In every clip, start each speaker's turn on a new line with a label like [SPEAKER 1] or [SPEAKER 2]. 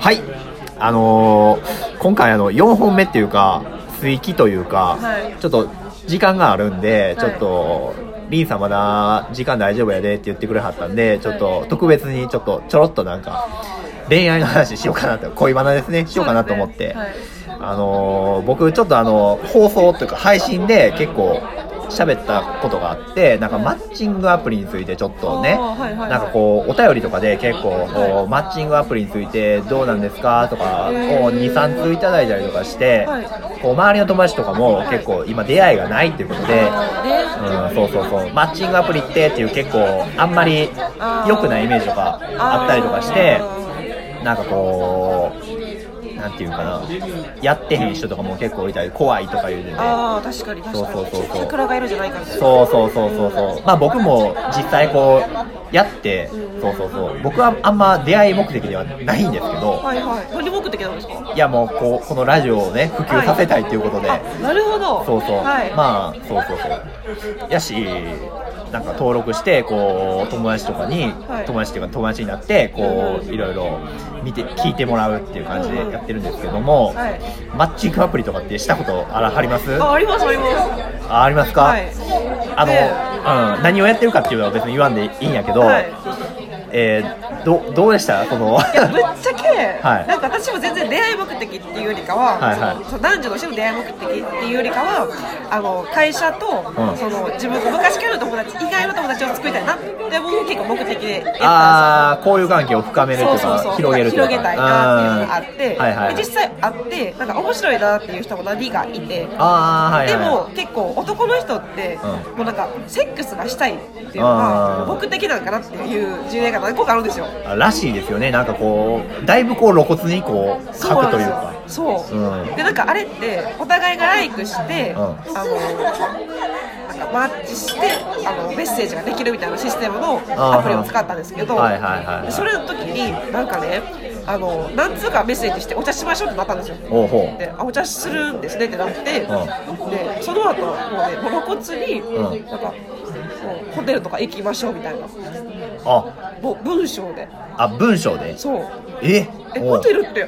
[SPEAKER 1] はいあのー今回あの4本目っていうか追記というか、
[SPEAKER 2] はい
[SPEAKER 1] ちょっと時間があるんで、
[SPEAKER 2] はい
[SPEAKER 1] ちょっとリンさんまだ時間大丈夫やでって言ってくれはったんでちょっと特別にちょっとちょろっとなんか恋愛の話しようかなと恋バナですねしようかなと思って、
[SPEAKER 2] そうです
[SPEAKER 1] あのー僕ちょっとあの放送というか配信で結構喋ったことがあってなんかマッチングアプリについてちょっとね、
[SPEAKER 2] あーはいはいはい
[SPEAKER 1] なんかこうお便りとかで結構こうマッチングアプリについてどうなんですかとかを
[SPEAKER 2] へー
[SPEAKER 1] 23通いただいたりとかして、
[SPEAKER 2] はい
[SPEAKER 1] こう周りの友達とかも結構今出会いがないっていうことで、
[SPEAKER 2] あ
[SPEAKER 1] うん、そうそうそうマッチングアプリってっていう結構あんまり良くないイメージとかあったりとかしてなんかこうなんていうかなやってへん人とかも結構いたり怖いとか言うてね
[SPEAKER 2] あー確かに確かに
[SPEAKER 1] そうそうそうそう
[SPEAKER 2] 桜がいるんじゃないかみたいな
[SPEAKER 1] そうそうそうそうそうまあ僕も実際こうやってそうそうそう僕はあんま出会い目的ではないんですけど
[SPEAKER 2] はいはい何目的なんですか
[SPEAKER 1] いやもうこうこのラジオをね普及させたいっていうことで、
[SPEAKER 2] あなるほど
[SPEAKER 1] そうそう、
[SPEAKER 2] はい、
[SPEAKER 1] まあそうそうそうやしなんか登録してこう友達とかに、
[SPEAKER 2] はい
[SPEAKER 1] 友達っていうか友達になってこう
[SPEAKER 2] うん
[SPEAKER 1] いろいろ見て聞いてもらうっていう感じで
[SPEAKER 2] うんうん
[SPEAKER 1] やってるんですけども、
[SPEAKER 2] はい
[SPEAKER 1] マッチングアプリとかってしたことあらあります
[SPEAKER 2] あありますあります
[SPEAKER 1] あありますか、
[SPEAKER 2] はい
[SPEAKER 1] あの、
[SPEAKER 2] で
[SPEAKER 1] うん、何をやってるかっていうのは別に言わんでいいんやけど、
[SPEAKER 2] はい
[SPEAKER 1] えーどどうでしたその
[SPEAKER 2] いやぶっちゃけ、
[SPEAKER 1] はい
[SPEAKER 2] なんか私も全然恋愛目的っていうよりかは、
[SPEAKER 1] はいはい
[SPEAKER 2] そのその男女としての出会い目的っていうよりかはあの会社と、
[SPEAKER 1] うん
[SPEAKER 2] その自分の昔からの友達以外の友達を作りたいなって僕結構目的でやったんです よ
[SPEAKER 1] ああ交友関係を深めると
[SPEAKER 2] そ
[SPEAKER 1] か
[SPEAKER 2] うそうそう
[SPEAKER 1] 広げるとか
[SPEAKER 2] 広げたいなっていうのがあって、
[SPEAKER 1] うんはいはい
[SPEAKER 2] で実際あってなんか面白いなっていう人も何人かいて
[SPEAKER 1] ああはいはい
[SPEAKER 2] で
[SPEAKER 1] はい
[SPEAKER 2] も結構男の人って、
[SPEAKER 1] う
[SPEAKER 2] もうなんかセックスがしたいっていうのが
[SPEAKER 1] あー
[SPEAKER 2] 目的なのかなっていう事例が何個かあるんですよ
[SPEAKER 1] らしいですよねなんかこうだいぶこう露骨にこう書くというか
[SPEAKER 2] そうなんですよそう、
[SPEAKER 1] うん
[SPEAKER 2] でなんかあれってお互いがライクして、
[SPEAKER 1] うん
[SPEAKER 2] あのなんかマッチしてあのメッセージができるみたいなシステムのアプリを使ったんですけど、
[SPEAKER 1] はいはいはいはい
[SPEAKER 2] それの時になんかねあの何通かメッセージしてお茶しましょうってなったんですよ
[SPEAKER 1] おうほう
[SPEAKER 2] であお茶するんですねってなって、でその後もうねもう露骨に、
[SPEAKER 1] うん
[SPEAKER 2] なんかもうホテルとか行きましょうみたいな
[SPEAKER 1] あ
[SPEAKER 2] もう文章で
[SPEAKER 1] あ文章で
[SPEAKER 2] そう
[SPEAKER 1] え
[SPEAKER 2] え
[SPEAKER 1] おう
[SPEAKER 2] ホテルって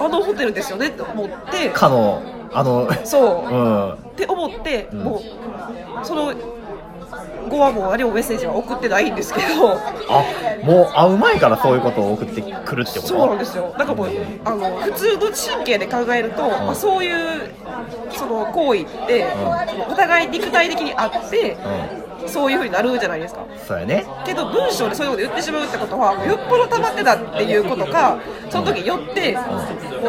[SPEAKER 2] あのホテルですよねって思って
[SPEAKER 1] かのあの
[SPEAKER 2] そう、
[SPEAKER 1] う
[SPEAKER 2] っ
[SPEAKER 1] ん
[SPEAKER 2] て思って、
[SPEAKER 1] うん
[SPEAKER 2] もうその後はもう何もメッセージは送ってないんですけ ど
[SPEAKER 1] あもう会う前からそういうことを送ってくるってこと
[SPEAKER 2] そうなんですよなんかもうあの普通の神経で考えると、まあ、そういうその行為って、そのお互い肉体的にあって、そういうふうになるじゃないですか
[SPEAKER 1] そうやね
[SPEAKER 2] けど文章でそういうこと言ってしまうってことはよっぽど溜まってたっていうことかその時よってこ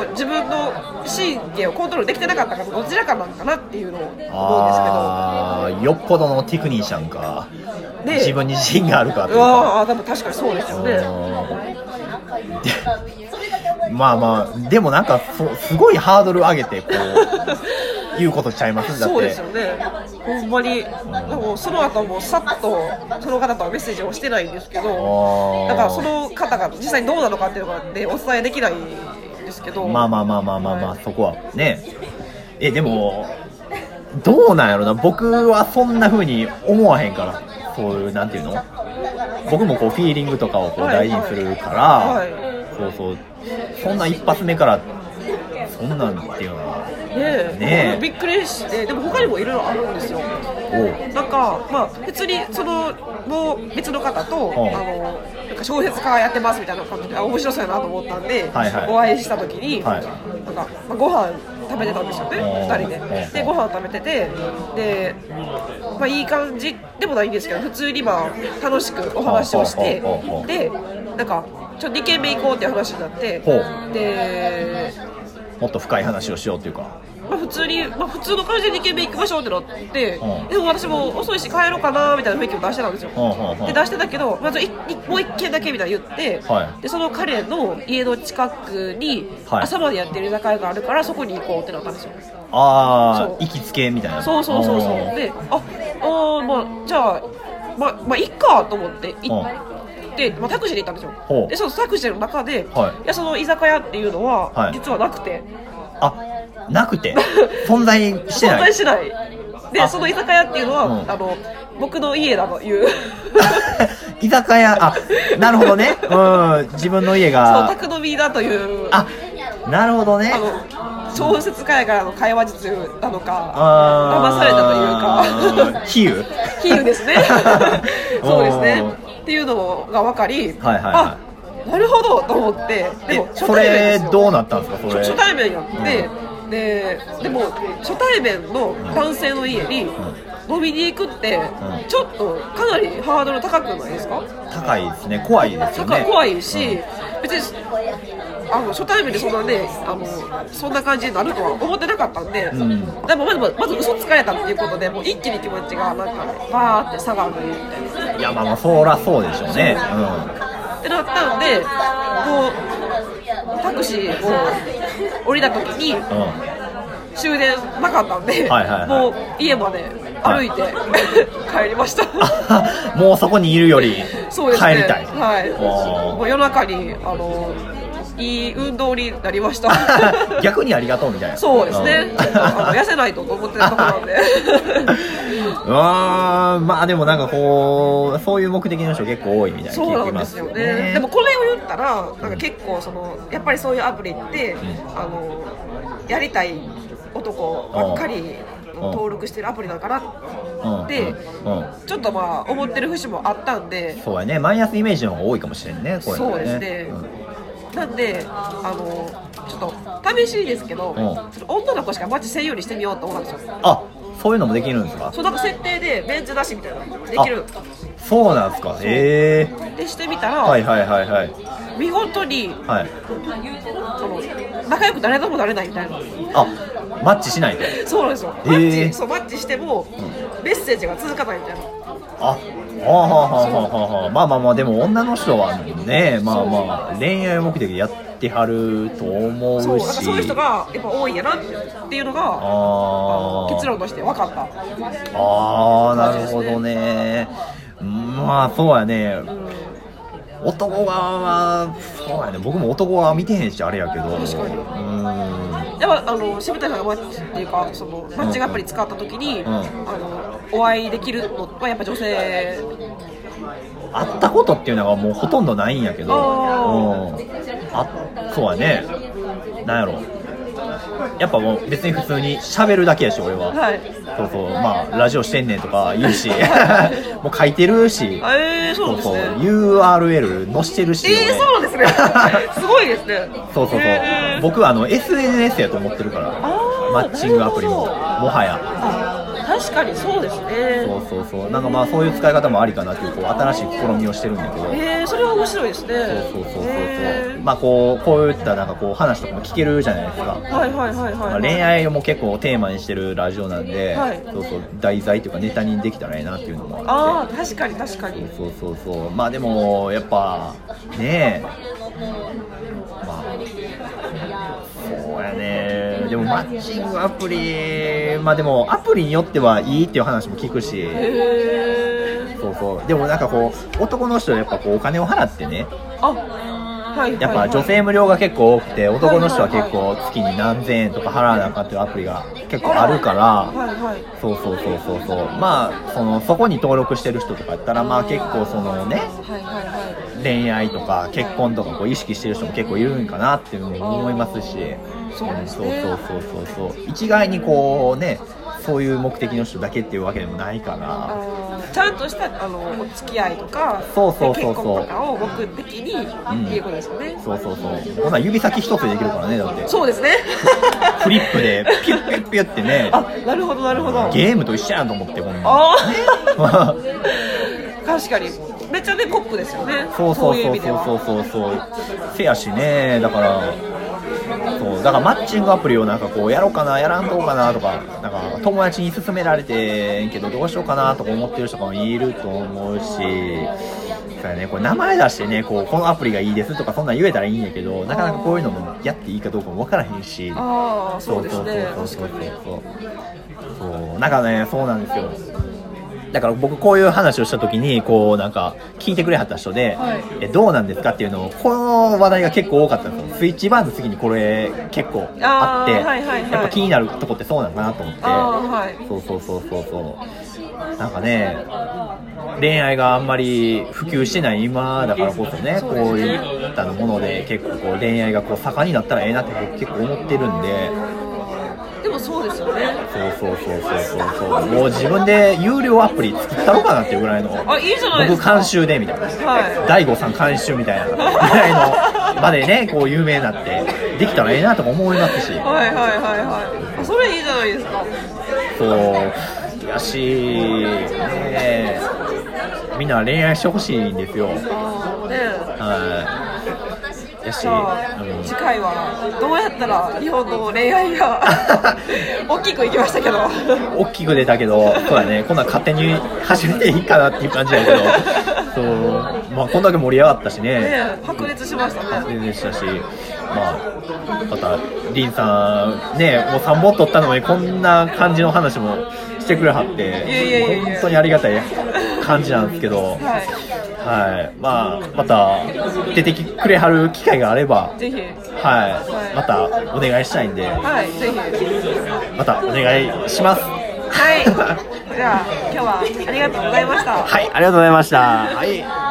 [SPEAKER 2] う自分の神経をコントロールできてなかったかどちらかなんかなっていうのを思うんですけ
[SPEAKER 1] ああよっぽどのテクニシャンか
[SPEAKER 2] で
[SPEAKER 1] 自分に自信があるかとい
[SPEAKER 2] ど
[SPEAKER 1] ううか
[SPEAKER 2] わあ多分確かにそうですよね
[SPEAKER 1] うんでまあまあでもなんかそすごいハードル上げてこう言うことちゃいますだって
[SPEAKER 2] そうですよねほんまにでもその後もうさっとその方とはメッセージをしてないんですけど
[SPEAKER 1] あー
[SPEAKER 2] だからその方が実際にどうなのかっていうのがねお伝えできないんですけど
[SPEAKER 1] まあまあまあまあまあまあ
[SPEAKER 2] はい
[SPEAKER 1] そこはねえでもどうなんやろな僕はそんな風に思わへんからそういうなんていうの僕もこうフィーリングとかをこう
[SPEAKER 2] は
[SPEAKER 1] 大
[SPEAKER 2] い
[SPEAKER 1] 事にするから、
[SPEAKER 2] はい
[SPEAKER 1] そうそうそんな一発目からそんなんっていうのは
[SPEAKER 2] ねえ
[SPEAKER 1] ねえ
[SPEAKER 2] びっくりしてでも他にもいろいろあるんですよ
[SPEAKER 1] おう
[SPEAKER 2] なんかまあ別にそのもう別の方と、
[SPEAKER 1] ん
[SPEAKER 2] あのなんか小説家やってますみたいな感じであ面白そうやなと思ったんで、
[SPEAKER 1] はいはい
[SPEAKER 2] お会いした時に、
[SPEAKER 1] はい
[SPEAKER 2] なんか、まあ、ご飯食べてたんですよね
[SPEAKER 1] うん
[SPEAKER 2] 2人
[SPEAKER 1] うん
[SPEAKER 2] ででご飯食べててで、まあ、いい感じでもないんですけど普通にまあ楽しくお話をして
[SPEAKER 1] うんうんうんうん
[SPEAKER 2] でなんかちょっと2軒目行こうっていう話になって
[SPEAKER 1] ほう
[SPEAKER 2] で
[SPEAKER 1] もっと深い話をしようっていうか
[SPEAKER 2] まあ、普通に、まあ、普通の感じで2軒目行きましょうってなって、
[SPEAKER 1] うん
[SPEAKER 2] でも私も遅いし帰ろうかなみたいな雰囲気を出してたんですよ、
[SPEAKER 1] うんうんうん
[SPEAKER 2] で出してたけど、まあ、ちょいもう1軒だけみたいな言って、
[SPEAKER 1] はい
[SPEAKER 2] でその彼の家の近くに
[SPEAKER 1] はい
[SPEAKER 2] 朝までやってる居酒屋があるからそこに行こうってなったんですよ、
[SPEAKER 1] あ
[SPEAKER 2] そう
[SPEAKER 1] あ行きつけみたいな
[SPEAKER 2] そうそうそうそう
[SPEAKER 1] おー
[SPEAKER 2] でああーまあじゃあまあまあいっかと思って行って、まあ、タクシーで行ったんです
[SPEAKER 1] ほ
[SPEAKER 2] よ
[SPEAKER 1] う
[SPEAKER 2] でそのタクシーの中で、
[SPEAKER 1] はい
[SPEAKER 2] やその居酒屋っていうの
[SPEAKER 1] は
[SPEAKER 2] はい実はなくて、
[SPEAKER 1] あなくて存在して
[SPEAKER 2] 存
[SPEAKER 1] ない
[SPEAKER 2] 在しないで
[SPEAKER 1] あ
[SPEAKER 2] その居酒屋っていうのは、
[SPEAKER 1] うん
[SPEAKER 2] あの僕の家だという
[SPEAKER 1] い 居酒屋、あ、なるほどね。うん、自分の家
[SPEAKER 2] そう
[SPEAKER 1] が。
[SPEAKER 2] 宅飲みだという
[SPEAKER 1] あ、なるほどね。
[SPEAKER 2] あの小説家やからの会話術なのか騙
[SPEAKER 1] あ
[SPEAKER 2] されたという
[SPEAKER 1] ー
[SPEAKER 2] か
[SPEAKER 1] 比喩
[SPEAKER 2] 比喩ですね
[SPEAKER 1] おー
[SPEAKER 2] そうですねっていうのが分かり、
[SPEAKER 1] はいはいは
[SPEAKER 2] あなるほどと思ってでも
[SPEAKER 1] え、
[SPEAKER 2] 初
[SPEAKER 1] そ
[SPEAKER 2] 対面で
[SPEAKER 1] れ
[SPEAKER 2] すよ
[SPEAKER 1] どうなったんですか、それ。
[SPEAKER 2] 初対面やって、ででも初対面の男性の家に飲みに行くって、
[SPEAKER 1] ん
[SPEAKER 2] ちょっとかなりハードル高くないですか
[SPEAKER 1] 高いですね、怖いですよ
[SPEAKER 2] 高
[SPEAKER 1] ね。
[SPEAKER 2] い怖いし、
[SPEAKER 1] うん
[SPEAKER 2] 別にあの初対面でそんなねあのそんな感じになるとは思ってなかったんで、
[SPEAKER 1] ん
[SPEAKER 2] でもまずまず嘘つかれたっていうことでもう一気に気持ちがなんかバーって下がるみたいな。
[SPEAKER 1] いや、まあまあ、そらそうでしょうね。
[SPEAKER 2] ってなったんでこうタクシーを降りた時に
[SPEAKER 1] うん。 うん。
[SPEAKER 2] 終電なかったんで、
[SPEAKER 1] はいはいはい
[SPEAKER 2] もう家まで歩いて、帰りました
[SPEAKER 1] あもうそこにいるより、帰
[SPEAKER 2] そうですね
[SPEAKER 1] りたい。
[SPEAKER 2] はいも
[SPEAKER 1] お
[SPEAKER 2] う夜中にあのいい運動になりまし た
[SPEAKER 1] ー 逆にありがとうみたいな。
[SPEAKER 2] そうですね
[SPEAKER 1] ん
[SPEAKER 2] あの痩せないとと思 ってたところなんで
[SPEAKER 1] うわーまあでもなんかこうそういう目的の人結構多いみたいな
[SPEAKER 2] そう
[SPEAKER 1] 聞き
[SPEAKER 2] なんで
[SPEAKER 1] ますす
[SPEAKER 2] よ
[SPEAKER 1] よ
[SPEAKER 2] ね
[SPEAKER 1] ね
[SPEAKER 2] でもこれを言ったらなんか結構そのやっぱりそういうアプリって、あのやりたい男ばっかり
[SPEAKER 1] うん
[SPEAKER 2] 登録してるアプリなのかなって、
[SPEAKER 1] うんうんうん
[SPEAKER 2] ちょっとまあ思ってる節もあったんで
[SPEAKER 1] そうやねマイナスイメージの方が多いかもしれんねこれ
[SPEAKER 2] そうですね、なんであのちょっと試しにですけど、
[SPEAKER 1] ん
[SPEAKER 2] その女の子しかマッチせんようにしてみようと思ったんですよ
[SPEAKER 1] あそういうのもできるんですか
[SPEAKER 2] そうなんか設定でメンズなしみたいなのできる
[SPEAKER 1] そうなんですかへえ
[SPEAKER 2] でしてみたら、
[SPEAKER 1] ー、はいはいはいはい
[SPEAKER 2] 見事に
[SPEAKER 1] はい
[SPEAKER 2] その仲良く誰ともなれないみたいな
[SPEAKER 1] あマッチしないと
[SPEAKER 2] そうなんですよ
[SPEAKER 1] えー
[SPEAKER 2] マッチ、そうマッチしても、メッセージが続かないみたいな
[SPEAKER 1] あはあはあはあはあはあまあまあまあでも女の人はねまあまあ恋愛目的でやってはると思うし
[SPEAKER 2] そうなんかそういう人がやっぱ多いんやなっていうのが
[SPEAKER 1] あー
[SPEAKER 2] 結論として分かった
[SPEAKER 1] ああなるほどねまあそうやね男側はそうやね僕も男側見てへんしあれやけど
[SPEAKER 2] 確かに
[SPEAKER 1] うん
[SPEAKER 2] やっぱあの渋谷さんがマッチっていうかそのマッチングアプリ使った時に、
[SPEAKER 1] ん
[SPEAKER 2] あのお会いできるのはやっぱ女
[SPEAKER 1] 会
[SPEAKER 2] 性
[SPEAKER 1] ったことっていうのがもうほとんどないんやけど
[SPEAKER 2] あ
[SPEAKER 1] うんあそうやねなんやろやっぱもう別に普通に喋るだけやし俺は、
[SPEAKER 2] はい
[SPEAKER 1] そうそうまあラジオしてんねんとか言う しもう書いてるし
[SPEAKER 2] えー、そうなんですね
[SPEAKER 1] URL 載してるし、
[SPEAKER 2] えー、
[SPEAKER 1] 俺
[SPEAKER 2] そうな んですねすごいですね
[SPEAKER 1] そうそうそう
[SPEAKER 2] えー
[SPEAKER 1] 僕はあの SNS やと思ってるから
[SPEAKER 2] あー
[SPEAKER 1] マッチングアプリもも
[SPEAKER 2] なるほ
[SPEAKER 1] はや
[SPEAKER 2] あ確かにそうですね
[SPEAKER 1] そうそうそうなんかまあそういう使い方もありかなっていうこう新しい試みをしてるんだけど
[SPEAKER 2] えー、それは面白いですね
[SPEAKER 1] そうそうそうそう
[SPEAKER 2] えー
[SPEAKER 1] まあこうこういったなんかこう話とかも聞けるじゃないですか
[SPEAKER 2] はいはいはいはい、
[SPEAKER 1] まあ恋愛をも結構テーマにしてるラジオなんで、
[SPEAKER 2] はい
[SPEAKER 1] そうそう題材というかネタにできたらいいなっていうのもあっ
[SPEAKER 2] ああ確かに確かに
[SPEAKER 1] てそうそうそうそうまあでもやっぱねえまあそうやねでもマッチングアプリまあでもアプリによってはいいっていう話も聞くし
[SPEAKER 2] へえ
[SPEAKER 1] そうそうでもなんかこう男の人はやっぱこうお金を払ってね
[SPEAKER 2] あはいはいはい
[SPEAKER 1] やっぱ女性無料が結構多くて男の人は結構月に何千円とか払わなあかんっていうアプリが結構あるか
[SPEAKER 2] はい
[SPEAKER 1] ら
[SPEAKER 2] はい
[SPEAKER 1] そうそうそうそうそうまあそのそこに登録してる人とかやったらまあ結構そのね
[SPEAKER 2] はいはいは
[SPEAKER 1] 恋愛とか結婚とかこう意識してる人も結構いるんかなっていうのも思いますし
[SPEAKER 2] そうです
[SPEAKER 1] そう
[SPEAKER 2] ね
[SPEAKER 1] そうそうそうそう一概にこうねそういう目的の人だけっていうわけでもないから
[SPEAKER 2] あーちゃんとしたあのお付き合いとか
[SPEAKER 1] そうそうそうそう
[SPEAKER 2] 結婚とかを目的にっていうことですよね、
[SPEAKER 1] そうそうそうほな指先一つでできるからねだって
[SPEAKER 2] そうですね
[SPEAKER 1] フリップでピュッピュッピュッってね
[SPEAKER 2] あなるほどなるほど
[SPEAKER 1] ゲームと一緒やんと思ってほんまに
[SPEAKER 2] ああ 確かにめっちゃねポップですよね
[SPEAKER 1] そうそうそ
[SPEAKER 2] い
[SPEAKER 1] う
[SPEAKER 2] 意
[SPEAKER 1] う
[SPEAKER 2] 味では
[SPEAKER 1] そうそうそうせやしねだからそうだからマッチングアプリをなんかこうやろうかなやらんとうかなとかなんか友達に勧められてんけどどうしようかなとか思ってる人もいると思うしそうやねこれ名前出してねこうこのアプリがいいですとかそんなん言えたらいいんやけどなかなかこういうのもやっていいかどうかもわからへんし
[SPEAKER 2] ああそうですね
[SPEAKER 1] そうそうそう
[SPEAKER 2] 確かに
[SPEAKER 1] そうそうそうなんかねそうなんですよだから僕こういう話をした時にこうなんか聞いてくれはった人で、
[SPEAKER 2] はい
[SPEAKER 1] えどうなんですかっていうのをこの話題が結構多かったんですよスイッチバーンの次にこれ結構あっ
[SPEAKER 2] あ
[SPEAKER 1] て
[SPEAKER 2] ーはいはいはい
[SPEAKER 1] やっぱ気になるとこってそうなのかなと思って
[SPEAKER 2] ああはい
[SPEAKER 1] そうそうそうそうそうなんかね恋愛があんまり普及してない今だからこそねこういったもので結構こう恋愛がこう盛んになったらええなって僕結構思ってるんで
[SPEAKER 2] でもそうですよね
[SPEAKER 1] そうそうそうそうそうそうもう自分で有料アプリ作ったろうかなっていうぐらいの
[SPEAKER 2] あいいじゃないで
[SPEAKER 1] 僕
[SPEAKER 2] すか
[SPEAKER 1] 監修でみたいな
[SPEAKER 2] はい
[SPEAKER 1] 大悟さん監修みたいなぐらいのまでねこう有名になってできたらええなとか思いますし
[SPEAKER 2] はいはいはいはいあそれいいじゃないですか
[SPEAKER 1] そうやしねみんな恋愛してほしいんですよ
[SPEAKER 2] ああねえ
[SPEAKER 1] はいやし、
[SPEAKER 2] じゃあ、
[SPEAKER 1] うん
[SPEAKER 2] 次回はどうやったら日本の恋愛が大きくいきましたけど
[SPEAKER 1] 大きく出たけど、そうだね、こんなん勝手に始めていいかなっていう感じだけど、そう、まあ、こんだけ盛り上がったしね、
[SPEAKER 2] ねえ白熱しましたね
[SPEAKER 1] 全然でしたし、まあ、また、リンさん、ね、もう3本取ったのに、こんな感じの話もしてくれはっ
[SPEAKER 2] やいやいや
[SPEAKER 1] て
[SPEAKER 2] い、や
[SPEAKER 1] 本当にありがたい感じなんですけど、
[SPEAKER 2] は
[SPEAKER 1] はい、まあ、また、出てきくれはる機会があれば
[SPEAKER 2] い、ぜひ
[SPEAKER 1] はい、またお願いしたいんで、
[SPEAKER 2] はいぜひ
[SPEAKER 1] またお願いします。
[SPEAKER 2] はいじゃあ今日はありがとうございました
[SPEAKER 1] はい、ありがとうございました。はい。